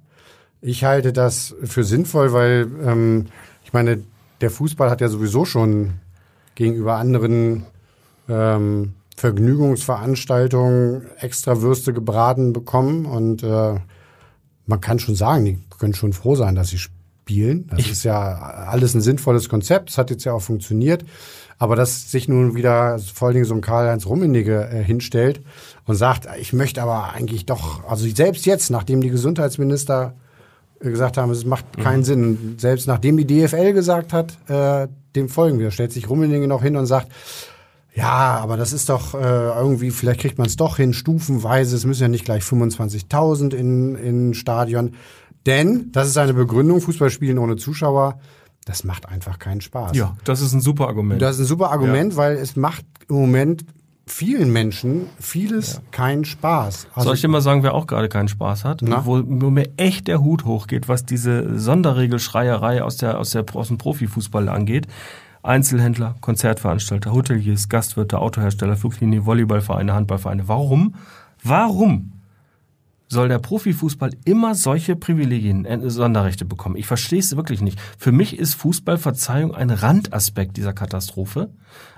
Speaker 2: Ich halte das für sinnvoll, weil ähm, ich meine, der Fußball hat ja sowieso schon gegenüber anderen ähm, Vergnügungsveranstaltungen extra Würste gebraten bekommen und äh, man kann schon sagen, die können schon froh sein, dass sie sp- spielen. Das ist ja alles ein sinnvolles Konzept, es hat jetzt ja auch funktioniert. Aber dass sich nun wieder vor allen Dingen so ein Karl-Heinz Rummenigge äh, hinstellt und sagt, ich möchte aber eigentlich doch, also selbst jetzt, nachdem die Gesundheitsminister äh, gesagt haben, es macht
Speaker 3: Mhm.
Speaker 2: keinen Sinn, selbst nachdem die DFL gesagt hat, äh, dem folgen wir, stellt sich Rummenigge noch hin und sagt, ja, aber das ist doch äh, irgendwie, vielleicht kriegt man es doch hin, stufenweise, es müssen ja nicht gleich 25.000 in, in Stadion. Denn, das ist eine Begründung, Fußballspielen ohne Zuschauer, das macht einfach keinen Spaß.
Speaker 3: Ja, das ist ein super Argument.
Speaker 2: Das ist ein super Argument, weil es macht im Moment vielen Menschen vieles keinen Spaß. Also
Speaker 3: Soll ich dir mal sagen, wer auch gerade keinen Spaß hat?
Speaker 2: Na?
Speaker 3: Wo, wo mir echt der Hut hochgeht, was diese Sonderregelschreierei aus, der, aus, der, aus dem Profifußball angeht. Einzelhändler, Konzertveranstalter, Hoteliers, Gastwirte, Autohersteller, Fluglinie, Volleyballvereine, Handballvereine. Warum? Warum soll der Profifußball immer solche Privilegien, äh, Sonderrechte bekommen? Ich verstehe es wirklich nicht. Für mich ist Fußballverzeihung ein Randaspekt dieser Katastrophe.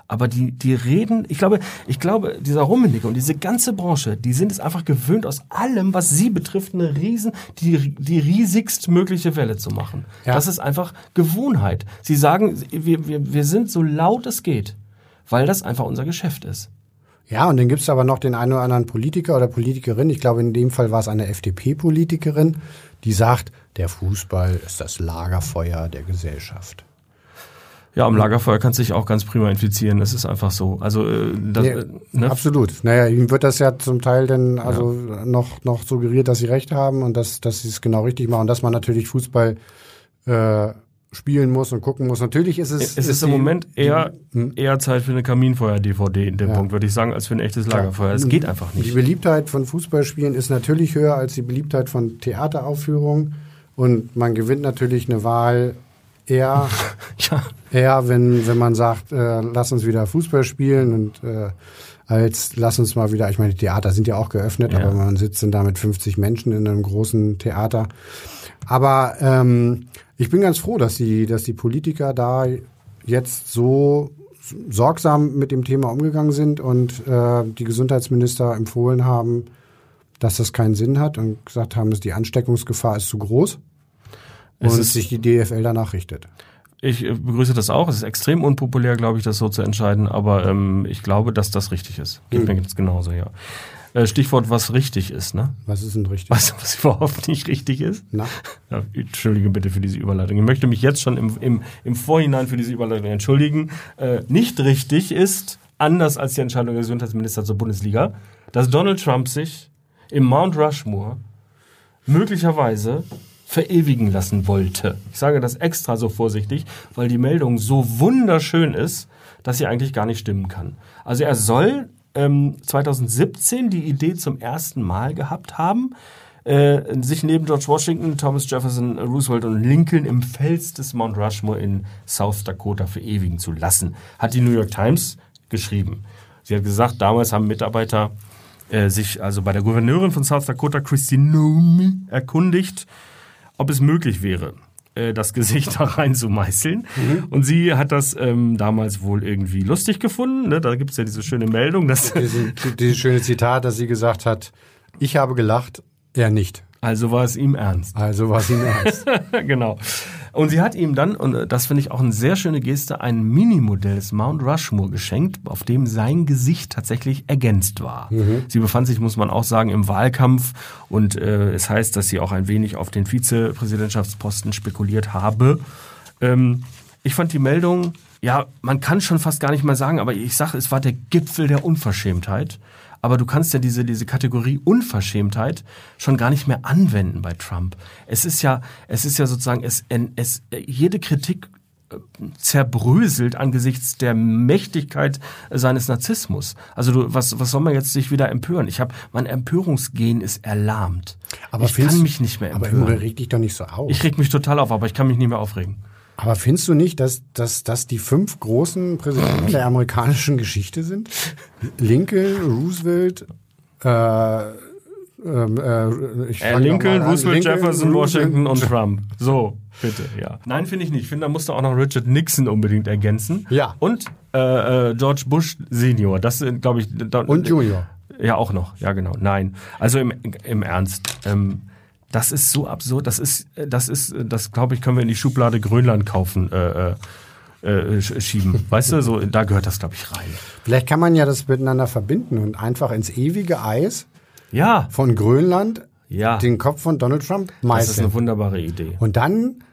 Speaker 3: Aber die, die reden, ich glaube, ich glaube, dieser Rummenigge und diese ganze Branche, die sind es einfach gewöhnt, aus allem, was sie betrifft, eine riesen, die, die riesigst mögliche Welle zu machen.
Speaker 2: Ja.
Speaker 3: Das ist einfach Gewohnheit. Sie sagen, wir, wir, wir sind so laut es geht, weil das einfach unser Geschäft ist.
Speaker 2: Ja, und dann gibt's aber noch den einen oder anderen Politiker oder Politikerin, ich glaube in dem Fall war es eine FDP-Politikerin, die sagt, der Fußball ist das Lagerfeuer der Gesellschaft.
Speaker 3: Ja, am Lagerfeuer kannst du dich auch ganz prima infizieren. Das ist einfach so. Also, äh, das,
Speaker 2: Nee,
Speaker 3: äh, ne?
Speaker 2: Absolut. Naja, ihm wird das ja zum Teil dann also noch, noch suggeriert, dass sie recht haben und dass, dass sie es genau richtig machen, dass man natürlich Fußball äh, spielen muss und gucken muss. Natürlich ist es.
Speaker 3: es ist, im
Speaker 2: die- hm?
Speaker 3: Moment eher, eher Zeit für eine Kaminfeuer-DVD in dem Punkt, würde ich sagen, als für ein echtes Lagerfeuer. Es geht einfach
Speaker 2: Die
Speaker 3: nicht.
Speaker 2: Beliebtheit von Fußballspielen ist natürlich höher als die Beliebtheit von Theateraufführungen. Und man gewinnt natürlich eine Wahl eher,
Speaker 3: Ja,
Speaker 2: eher wenn, wenn man sagt, äh, lass uns wieder Fußball spielen und äh, als lass uns mal wieder, ich meine, die Theater sind ja auch geöffnet,
Speaker 3: Ja.
Speaker 2: aber man sitzt dann da mit 50 Menschen in einem großen Theater. Aber ähm, ich bin ganz froh, dass die, dass die Politiker da jetzt so sorgsam mit dem Thema umgegangen sind und äh, die Gesundheitsminister empfohlen haben, dass das keinen Sinn hat und gesagt haben, dass die Ansteckungsgefahr ist zu groß
Speaker 3: Es
Speaker 2: und
Speaker 3: ist-
Speaker 2: sich die DFL danach richtet.
Speaker 3: ich äh, begrüße das auch. Es ist extrem unpopulär, glaube ich, das so zu entscheiden, aber ähm, ich glaube, dass das richtig ist. Geht
Speaker 2: Hm.
Speaker 3: mir jetzt genauso, ja. Äh, Stichwort, was richtig ist, ne?
Speaker 2: Was ist denn richtig?
Speaker 3: Weißt du, was überhaupt nicht richtig ist?
Speaker 2: Na?
Speaker 3: Ja, Entschuldige bitte für diese Überleitung. Ich möchte mich jetzt schon im, im, im Vorhinein für diese Überleitung entschuldigen. Äh, nicht richtig ist, anders als die Entscheidung des Gesundheitsministers zur Bundesliga, dass Donald Trump sich im Mount Rushmore möglicherweise verewigen lassen wollte. Ich sage das extra so vorsichtig, weil die Meldung so wunderschön ist, dass sie eigentlich gar nicht stimmen kann. Also er soll ähm, 2017 die Idee zum ersten Mal gehabt haben, äh, sich neben George Washington, Thomas Jefferson, Roosevelt und Lincoln im Fels des Mount Rushmore in South Dakota verewigen zu lassen, hat die New York Times geschrieben. Sie hat gesagt, damals haben Mitarbeiter äh, sich also bei der Gouverneurin von South Dakota, Christine Noem, erkundigt, ob es möglich wäre, äh, das Gesicht da rein zu meißeln. Und sie hat das ähm, damals wohl irgendwie lustig gefunden. Ne? Da gibt's ja diese schöne Meldung, dass
Speaker 2: Dieses, dieses schöne Zitat, dass sie gesagt hat, ich habe gelacht, er nicht.
Speaker 3: also war es ihm ernst.
Speaker 2: Also was ihm ernst.
Speaker 3: genau. Und sie hat ihm dann, und äh, das finde ich auch eine sehr schöne Geste, ein Minimodell des Mount Rushmore geschenkt, auf dem sein Gesicht tatsächlich ergänzt war. Sie befand sich, muss man auch sagen, im Wahlkampf und äh, es heißt, dass sie auch ein wenig auf den Vizepräsidentschaftsposten spekuliert habe. Ähm, ich fand die Meldung, ja, man kann schon fast gar nicht mal sagen, aber ich sage, es war der Gipfel der Unverschämtheit. Aber du kannst ja diese, diese Kategorie Unverschämtheit schon gar nicht mehr anwenden bei Trump. Es ist ja, es ist ja sozusagen, es, es, jede Kritik äh, zerbröselt angesichts der Mächtigkeit seines Narzissmus. Also du, was, was soll man jetzt sich wieder empören? Ich habe, mein Empörungsgen ist erlahmt. ich kann
Speaker 2: findest-
Speaker 3: mich nicht mehr
Speaker 2: Aber
Speaker 3: empören.
Speaker 2: Imre, reg dich doch nicht so auf.
Speaker 3: ich reg mich total auf, aber ich kann mich nicht mehr aufregen.
Speaker 2: aber findest du nicht, dass, dass, dass die fünf großen Präsidenten der amerikanischen Geschichte sind? Lincoln, Roosevelt, äh, ähm, äh, ich fang
Speaker 3: Äh,
Speaker 2: noch
Speaker 3: Lincoln,
Speaker 2: mal an.
Speaker 3: Roosevelt,
Speaker 2: Lincoln,
Speaker 3: Jefferson,
Speaker 2: Roosevelt.
Speaker 3: Washington und Trump. So, bitte, ja. Nein, finde ich nicht. Ich finde, da musst du auch noch Richard Nixon unbedingt ergänzen.
Speaker 2: Ja.
Speaker 3: Und äh, äh, George Bush Senior. Das sind, glaube ich. da-
Speaker 2: Und Junior.
Speaker 3: Ja, auch noch. Ja, genau. Nein. Also im, im Ernst. Ähm, Das ist so absurd. Das ist, das ist, das glaube ich, können wir in die Schublade Grönland kaufen äh, äh, äh, sch- schieben. Weißt du, so da gehört das glaube ich rein.
Speaker 2: Vielleicht kann man ja das miteinander verbinden und einfach ins ewige Eis
Speaker 3: Ja,
Speaker 2: von Grönland
Speaker 3: ja.
Speaker 2: den Kopf von Donald Trump
Speaker 3: Das ist eine
Speaker 2: meißeln.
Speaker 3: wunderbare Idee.
Speaker 2: Und dann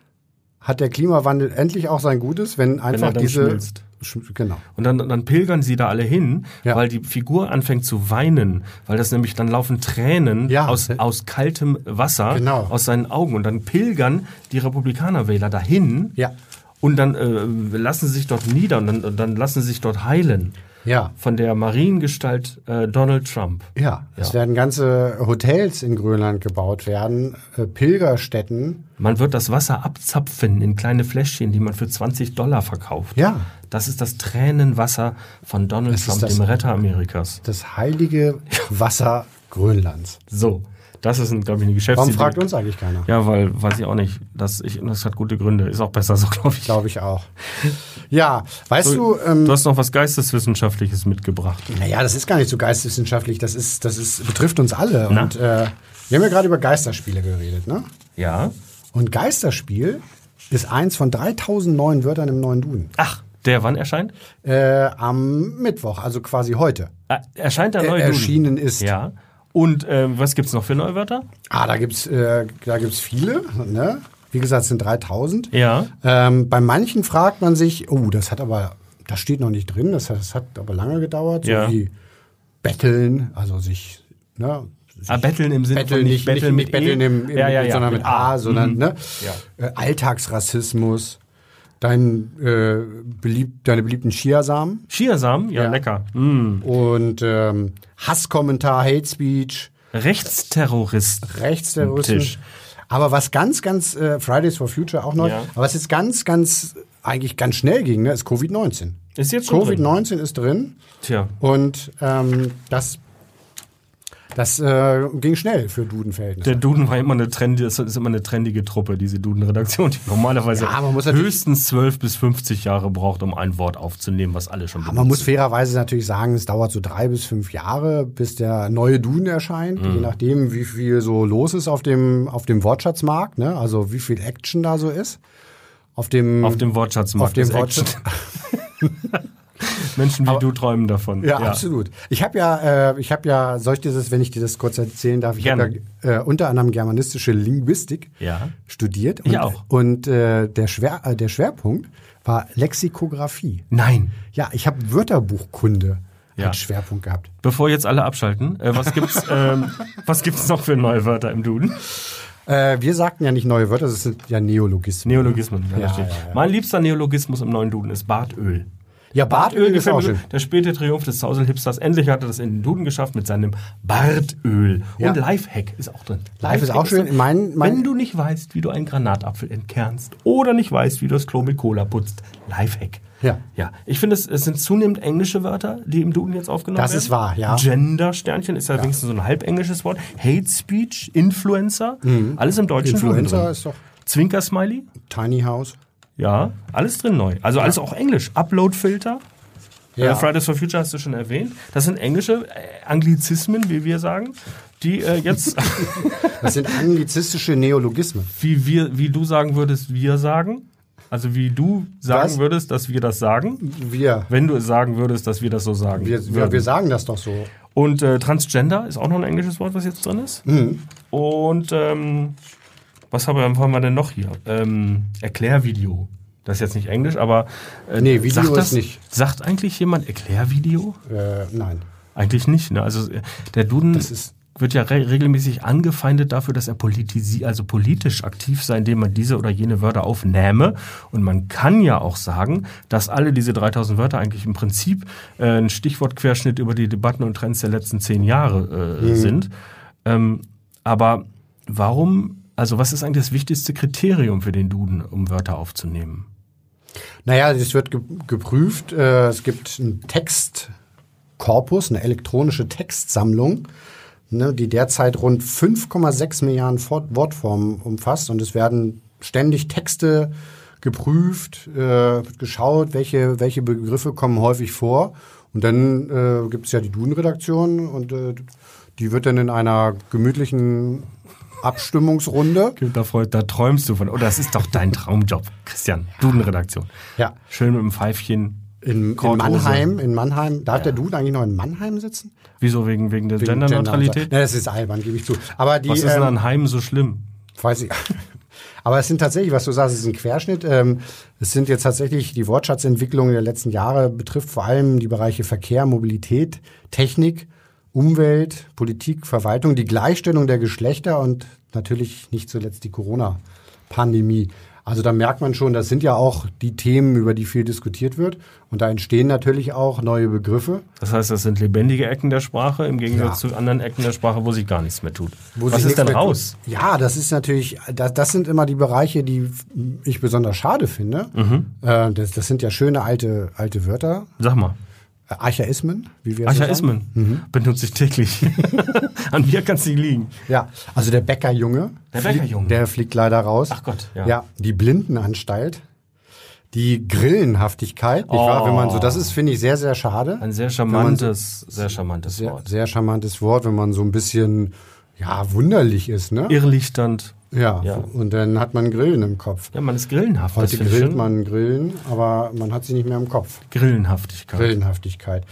Speaker 2: hat der Klimawandel endlich auch sein Gutes, wenn einfach
Speaker 3: dann
Speaker 2: diese
Speaker 3: schmilzt.
Speaker 2: Sch- genau.
Speaker 3: Und dann, dann pilgern sie da alle hin,
Speaker 2: Ja.
Speaker 3: weil die Figur anfängt zu weinen, weil das nämlich dann laufen Tränen
Speaker 2: Ja.
Speaker 3: aus, aus kaltem Wasser
Speaker 2: Genau.
Speaker 3: aus seinen Augen. Und dann pilgern die Republikanerwähler dahin
Speaker 2: Ja.
Speaker 3: und dann äh, lassen sie sich dort nieder und dann, und dann lassen sie sich dort heilen.
Speaker 2: Ja.
Speaker 3: Von der Mariengestalt äh, Donald Trump.
Speaker 2: Ja, es
Speaker 3: Ja.
Speaker 2: werden ganze Hotels in Grönland gebaut werden, äh, Pilgerstätten.
Speaker 3: Man wird das Wasser abzapfen in kleine Fläschchen, die man für 20 Dollar verkauft.
Speaker 2: Ja.
Speaker 3: Das ist das Tränenwasser von Donald
Speaker 2: Das ist
Speaker 3: Trump,
Speaker 2: das-
Speaker 3: dem Retter Amerikas.
Speaker 2: Das heilige Wasser Grönlands.
Speaker 3: So, das ist, glaube ich, eine
Speaker 2: Warum
Speaker 3: Geschäftsidee.
Speaker 2: fragt uns eigentlich keiner?
Speaker 3: Ja, weil, weiß ich auch nicht. Das, ich, das hat gute Gründe. Ist auch besser so, glaube ich.
Speaker 2: Glaube ich auch. Ja, weißt du, ähm,
Speaker 3: du hast noch was Geisteswissenschaftliches mitgebracht.
Speaker 2: naja, das ist gar nicht so geisteswissenschaftlich, das ist, das ist, betrifft uns alle.
Speaker 3: Na?
Speaker 2: Und äh, wir haben ja gerade über Geisterspiele geredet, ne?
Speaker 3: Ja.
Speaker 2: Und Geisterspiel ist eins von 3000 neuen Wörtern im neuen Duden.
Speaker 3: Ach, der wann erscheint?
Speaker 2: Äh, am Mittwoch, also quasi heute.
Speaker 3: Äh, erscheint der neue
Speaker 2: erschienen
Speaker 3: Duden.
Speaker 2: ist.
Speaker 3: Ja. Und ähm, was gibt's noch für Neuwörter?
Speaker 2: Ah, da gibt's, äh, da gibt's viele, ne? Wie gesagt, es sind 3000.
Speaker 3: Ja.
Speaker 2: Ähm, bei manchen fragt man sich, oh, das hat aber, das steht noch nicht drin, das, hat- das hat aber lange gedauert, so
Speaker 3: Ja.
Speaker 2: wie betteln, also sich, ne? sich
Speaker 3: Ah, betteln im Sinne
Speaker 2: betteln,
Speaker 3: von
Speaker 2: nicht, nicht, nicht betteln,
Speaker 3: E.
Speaker 2: im, im,
Speaker 3: ja, ja, ja,
Speaker 2: sondern mit A, sondern, ne?
Speaker 3: Ja.
Speaker 2: Äh, Alltagsrassismus, dein, äh, beliebt, deine beliebten Chiasamen.
Speaker 3: Chiasamen, ja,
Speaker 2: Ja.
Speaker 3: lecker. Mm.
Speaker 2: Und ähm, Hasskommentar, Hate Speech,
Speaker 3: Rechtsterrorist.
Speaker 2: Rechtsterroristen.
Speaker 3: Tisch.
Speaker 2: Aber was ganz, ganz, äh, Fridays for Future auch neu,
Speaker 3: Ja.
Speaker 2: aber was jetzt ganz, ganz, eigentlich ganz schnell ging, ne, ist Covid-19.
Speaker 3: Ist jetzt schon drin.
Speaker 2: Covid-19 ist drin
Speaker 3: Tja.
Speaker 2: und ähm, das, das äh, ging schnell für
Speaker 3: Der
Speaker 2: Dudenverhältnisse.
Speaker 3: Duden war immer eine trendy, das ist immer eine trendige Truppe, diese Duden-Redaktion, die normalerweise
Speaker 2: Ja, man muss natürlich-
Speaker 3: höchstens 12 bis 50 Jahre braucht, um ein Wort aufzunehmen, was alle schon
Speaker 2: Man
Speaker 3: benutzen.
Speaker 2: muss fairerweise natürlich sagen, es dauert so drei bis fünf Jahre, bis der neue Duden erscheint,
Speaker 3: Mhm.
Speaker 2: je nachdem, wie viel so los ist auf dem, auf dem Wortschatzmarkt, ne? also wie viel Action da so ist. Auf dem,
Speaker 3: Auf dem Wortschatz macht
Speaker 2: auf dem
Speaker 3: es Action.
Speaker 2: Wortschatz-
Speaker 3: Menschen wie du träumen davon.
Speaker 2: Ja, absolut. Ich habe ja, äh, ich habe ja, soll ich dir das, wenn ich dir das kurz erzählen darf, ich habe
Speaker 3: Gerne.
Speaker 2: ja, äh, unter anderem germanistische Linguistik
Speaker 3: Ja.
Speaker 2: studiert. Und,
Speaker 3: Ich auch.
Speaker 2: Und äh, der, Schwer, äh, der Schwerpunkt war Lexikographie.
Speaker 3: Nein.
Speaker 2: Ja, ich habe Wörterbuchkunde
Speaker 3: Ja.
Speaker 2: als Schwerpunkt gehabt.
Speaker 3: Bevor jetzt alle abschalten, äh, was gibt's, ähm, was gibt's noch für neue Wörter im Duden?
Speaker 2: Äh, wir sagten ja nicht neue Wörter, das sind ja Neologismen.
Speaker 3: Neologismen. Ja,
Speaker 2: Ja,
Speaker 3: da steht.
Speaker 2: ja, ja.
Speaker 3: Mein liebster Neologismus im neuen Duden ist Bartöl.
Speaker 2: ja, Bartöl ist auch
Speaker 3: mir
Speaker 2: schön.
Speaker 3: gut. Der späte Triumph des Zausel-Hipsters. Endlich hat er das in den Duden geschafft mit seinem Bartöl.
Speaker 2: Ja.
Speaker 3: Und Lifehack ist auch drin.
Speaker 2: Live ist auch schön.
Speaker 3: drin.
Speaker 2: Mein- mein-
Speaker 3: Wenn du nicht weißt, wie du einen Granatapfel entkernst oder nicht weißt, wie du das Klo mit Cola putzt, Lifehack.
Speaker 2: Ja.
Speaker 3: ja. Ich finde, es, es sind zunehmend englische Wörter, die im Duden jetzt aufgenommen
Speaker 2: Das
Speaker 3: werden.
Speaker 2: ist wahr, ja.
Speaker 3: Gender-Sternchen ist ja, wenigstens so ein halbenglisches Wort. Hate Speech, Influencer, alles im deutschen Duden
Speaker 2: Mhm. Influencer
Speaker 3: drin.
Speaker 2: ist doch
Speaker 3: Zwinker-Smiley,
Speaker 2: Tiny House.
Speaker 3: ja, alles drin neu. Also alles auch englisch. Upload-Filter.
Speaker 2: Ja.
Speaker 3: Äh, Fridays for Future hast du schon erwähnt. Das sind englische äh, Anglizismen, wie wir sagen, die äh, jetzt,
Speaker 2: Das sind anglizistische Neologismen.
Speaker 3: wie, wir, wie du sagen würdest, wir sagen. Also wie du sagen
Speaker 2: Was?
Speaker 3: würdest, dass wir das sagen.
Speaker 2: Wir,
Speaker 3: Wenn du es sagen würdest, dass wir das so sagen.
Speaker 2: wir, wir,
Speaker 3: würden.
Speaker 2: wir sagen das doch so.
Speaker 3: Und äh, Transgender ist auch noch ein englisches Wort, was jetzt drin ist.
Speaker 2: Mhm.
Speaker 3: Und ähm, was haben wir, haben wir denn noch hier? Ähm, Erklärvideo. Das ist jetzt nicht Englisch, aber äh,
Speaker 2: Nee, Video
Speaker 3: sagt das,
Speaker 2: ist nicht.
Speaker 3: Sagt eigentlich jemand Erklärvideo?
Speaker 2: Äh, nein.
Speaker 3: Eigentlich nicht. Ne? Also äh, der Duden
Speaker 2: ist-
Speaker 3: wird ja re regelmäßig angefeindet dafür, dass er politisi also politisch aktiv sei, indem man diese oder jene Wörter aufnähme. Und man kann ja auch sagen, dass alle diese 3000 Wörter eigentlich im Prinzip äh, ein Stichwortquerschnitt über die Debatten und Trends der letzten zehn Jahre äh, sind. Ähm, aber warum, also was ist eigentlich das wichtigste Kriterium für den Duden, um Wörter aufzunehmen?
Speaker 2: Naja, es wird ge geprüft. Äh, es gibt einen Textkorpus, eine elektronische Textsammlung, ne, die derzeit rund 5,6 Milliarden Fort Wortformen umfasst. Und es werden ständig Texte geprüft, äh, wird geschaut, welche, welche Begriffe kommen häufig vor. Und dann äh, gibt es ja die Duden-Redaktion und äh, die wird dann in einer gemütlichen Abstimmungsrunde.
Speaker 3: Da, freut, da träumst du von. Oh, das ist doch dein Traumjob, Christian. Dudenredaktion.
Speaker 2: Ja.
Speaker 3: Schön mit dem Pfeifchen.
Speaker 2: In, in
Speaker 3: Korthose.
Speaker 2: Mannheim, in Mannheim, darf der Dude eigentlich noch in Mannheim sitzen?
Speaker 3: Wieso? Wegen, wegen der
Speaker 2: Wegen
Speaker 3: Genderneutralität?
Speaker 2: Na, das ist albern, gebe ich zu. Aber die,
Speaker 3: Was ist denn
Speaker 2: ähm,
Speaker 3: an Heimen so schlimm?
Speaker 2: weiß ich. Aber es sind tatsächlich, was du sagst, es ist ein Querschnitt. Ähm, es sind jetzt tatsächlich die Wortschatzentwicklung der letzten Jahre betrifft vor allem die Bereiche Verkehr, Mobilität, Technik, Umwelt, Politik, Verwaltung, die Gleichstellung der Geschlechter und natürlich nicht zuletzt die Corona-Pandemie. Also da merkt man schon, das sind ja auch die Themen, über die viel diskutiert wird. Und da entstehen natürlich auch neue Begriffe.
Speaker 3: Das heißt, das sind lebendige Ecken der Sprache im Gegensatz
Speaker 2: Ja.
Speaker 3: zu anderen Ecken der Sprache, wo sich gar nichts mehr tut.
Speaker 2: wo
Speaker 3: Was
Speaker 2: sich
Speaker 3: ist
Speaker 2: nichts
Speaker 3: denn
Speaker 2: mehr
Speaker 3: raus?
Speaker 2: tut. Ja, das ist natürlich, das, das sind immer die Bereiche, die ich besonders schade finde.
Speaker 3: Mhm.
Speaker 2: Äh, das, das sind ja schöne alte, alte Wörter,
Speaker 3: Sag mal.
Speaker 2: äh, Archaismen, wie wir so sagen. Mhm.
Speaker 3: Archaismen benutze ich täglich. An mir kannst du nicht liegen.
Speaker 2: Ja, also der Bäckerjunge.
Speaker 3: Der
Speaker 2: fliegt-
Speaker 3: Bäckerjunge.
Speaker 2: Der fliegt leider raus.
Speaker 3: Ach Gott, ja.
Speaker 2: ja. die Blindenanstalt. Die Grillenhaftigkeit, nicht wahr? Wenn man so, das ist, finde ich, sehr, sehr schade.
Speaker 3: Ein sehr charmantes, sehr charmantes
Speaker 2: Sehr,
Speaker 3: Wort.
Speaker 2: sehr charmantes Wort, wenn man so ein bisschen, ja, wunderlich ist, ne?
Speaker 3: Irrlichternd.
Speaker 2: Ja,
Speaker 3: Ja.
Speaker 2: und dann hat man Grillen im Kopf.
Speaker 3: Ja, man ist grillenhaft.
Speaker 2: Heute
Speaker 3: finde ich
Speaker 2: grillt
Speaker 3: schön.
Speaker 2: man Grillen, aber man hat sie nicht mehr im Kopf.
Speaker 3: Grillenhaftigkeit.
Speaker 2: Grillenhaftigkeit.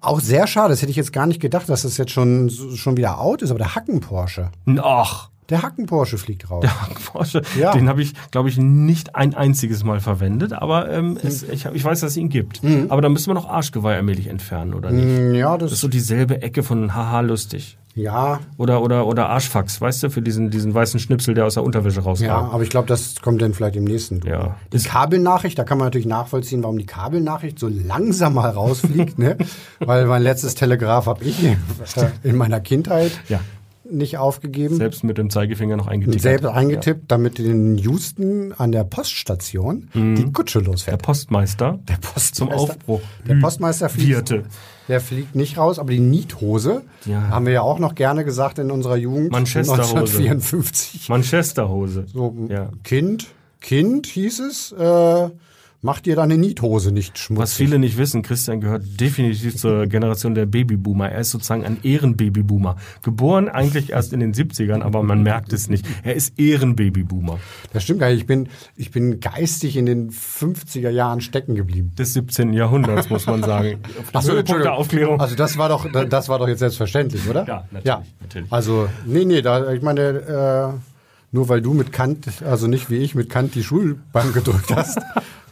Speaker 2: Auch sehr schade, das hätte ich jetzt gar nicht gedacht, dass das jetzt schon, schon wieder out ist, aber der Hacken-Porsche,
Speaker 3: Ach,
Speaker 2: der Hacken-Porsche fliegt raus.
Speaker 3: der Hackforscher,
Speaker 2: Ja.
Speaker 3: den habe ich, glaube ich, nicht ein einziges Mal verwendet, aber ähm,
Speaker 2: Hm.
Speaker 3: es, ich, hab- ich weiß, dass es ihn gibt. Aber da müssen wir noch Arschgeweih allmählich entfernen, oder nicht?
Speaker 2: Hm, Ja,
Speaker 3: Das ist
Speaker 2: das,
Speaker 3: so dieselbe Ecke von Haha lustig.
Speaker 2: ja,
Speaker 3: Oder, oder, oder Arschfax, weißt du, für diesen, diesen weißen Schnipsel, der aus der Unterwäsche
Speaker 2: ja,
Speaker 3: rauskam.
Speaker 2: aber ich glaube, das kommt dann vielleicht im nächsten. Duell.
Speaker 3: Ja.
Speaker 2: Die Kabelnachricht, da kann man natürlich nachvollziehen, warum die Kabelnachricht so langsam mal rausfliegt, ne? Weil mein letztes Telegraph habe ich äh, in meiner Kindheit
Speaker 3: Ja.
Speaker 2: nicht aufgegeben.
Speaker 3: Selbst mit dem Zeigefinger noch eingetickt.
Speaker 2: selbst eingetippt, damit in Houston an der Poststation die Kutsche
Speaker 3: Mhm. Der
Speaker 2: losfährt.
Speaker 3: Postmeister. Hm, Der
Speaker 2: Postmeister-
Speaker 3: Zum Aufbruch.
Speaker 2: Der Postmeister fliegt,
Speaker 3: Vierte.
Speaker 2: der fliegt nicht raus, aber die Niethose
Speaker 3: Ja.
Speaker 2: haben wir ja auch noch gerne gesagt in unserer Jugend.
Speaker 3: Manchesterhose.
Speaker 2: 1954.
Speaker 3: Manchesterhose.
Speaker 2: So, hm.
Speaker 3: Ja.
Speaker 2: Kind, Kind hieß es, äh, mach dir deine Niethose nicht schmutzig.
Speaker 3: Was viele nicht wissen, Christian gehört definitiv zur Generation der Babyboomer. Er ist sozusagen ein Ehrenbabyboomer. Geboren eigentlich erst in den 70ern, aber man merkt es nicht. Er ist Ehrenbabyboomer
Speaker 2: Das stimmt gar nicht. Ich bin, ich bin geistig in den 50er Jahren stecken geblieben.
Speaker 3: des 17. Jahrhunderts, muss man sagen.
Speaker 2: Ach so,
Speaker 3: Höhepunkt
Speaker 2: Entschuldigung.
Speaker 3: der Aufklärung.
Speaker 2: Also das war doch, das war doch jetzt selbstverständlich, oder?
Speaker 3: Ja, natürlich, natürlich.
Speaker 2: Also, nee, nee, da, ich meine, äh, nur weil du mit Kant, also nicht wie ich mit Kant die Schulbank gedrückt hast,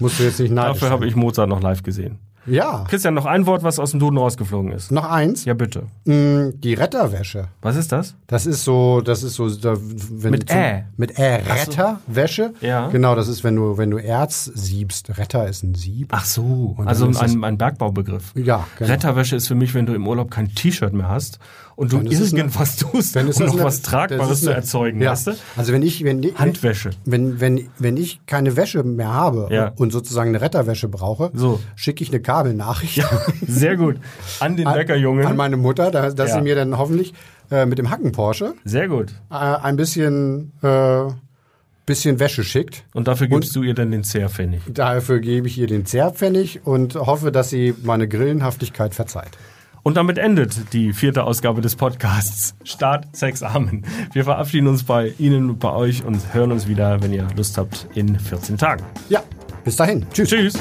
Speaker 2: musst du jetzt nicht neidisch
Speaker 3: Dafür
Speaker 2: sein.
Speaker 3: habe ich Mozart noch live gesehen.
Speaker 2: Ja,
Speaker 3: Christian, noch ein Wort, was aus dem Duden rausgeflogen ist.
Speaker 2: noch eins.
Speaker 3: Ja, bitte.
Speaker 2: Mm, Die Retterwäsche.
Speaker 3: Was ist das?
Speaker 2: Das ist so, das ist so, da, wenn
Speaker 3: Mit
Speaker 2: du zum-
Speaker 3: Ä.
Speaker 2: Mit Ä, Retterwäsche.
Speaker 3: Ja.
Speaker 2: Genau, das ist, wenn du, wenn du Erz siebst. Retter ist ein Sieb.
Speaker 3: Ach so,
Speaker 2: dann
Speaker 3: also
Speaker 2: ist es-
Speaker 3: ein, ein Bergbaubegriff.
Speaker 2: Ja, genau.
Speaker 3: Retterwäsche ist für mich, wenn du im Urlaub kein T-Shirt mehr hast und du
Speaker 2: Dann ist es eine-
Speaker 3: irgendwas tust,
Speaker 2: Dann ist
Speaker 3: um
Speaker 2: das
Speaker 3: noch
Speaker 2: eine-
Speaker 3: was
Speaker 2: das
Speaker 3: Tragbares
Speaker 2: ist
Speaker 3: zu
Speaker 2: eine-
Speaker 3: erzeugen,
Speaker 2: ja.
Speaker 3: weißt du?
Speaker 2: Also wenn ich, wenn ich,
Speaker 3: Handwäsche.
Speaker 2: Wenn, wenn, wenn ich keine Wäsche mehr habe
Speaker 3: Ja.
Speaker 2: und sozusagen eine Retterwäsche brauche,
Speaker 3: So.
Speaker 2: schicke ich eine Kabelnachricht
Speaker 3: Sehr gut. An den
Speaker 2: an
Speaker 3: Bäckerjungen.
Speaker 2: meine Mutter, da- dass
Speaker 3: Ja.
Speaker 2: sie mir dann hoffentlich äh, mit dem Hacken Porsche
Speaker 3: Sehr gut.
Speaker 2: äh, ein bisschen, äh, bisschen Wäsche schickt.
Speaker 3: Und dafür gibst du ihr dann den Zehrpfennig.
Speaker 2: Dafür gebe ich ihr den Zerrpfennig und hoffe, dass sie meine Grillenhaftigkeit verzeiht.
Speaker 3: Und damit endet die vierte Ausgabe des Podcasts. Start, Sex, Amen. Wir verabschieden uns bei Ihnen und bei euch und hören uns wieder, wenn ihr Lust habt, in 14 Tagen.
Speaker 2: Ja, bis dahin. Tschüss.
Speaker 3: Tschüss.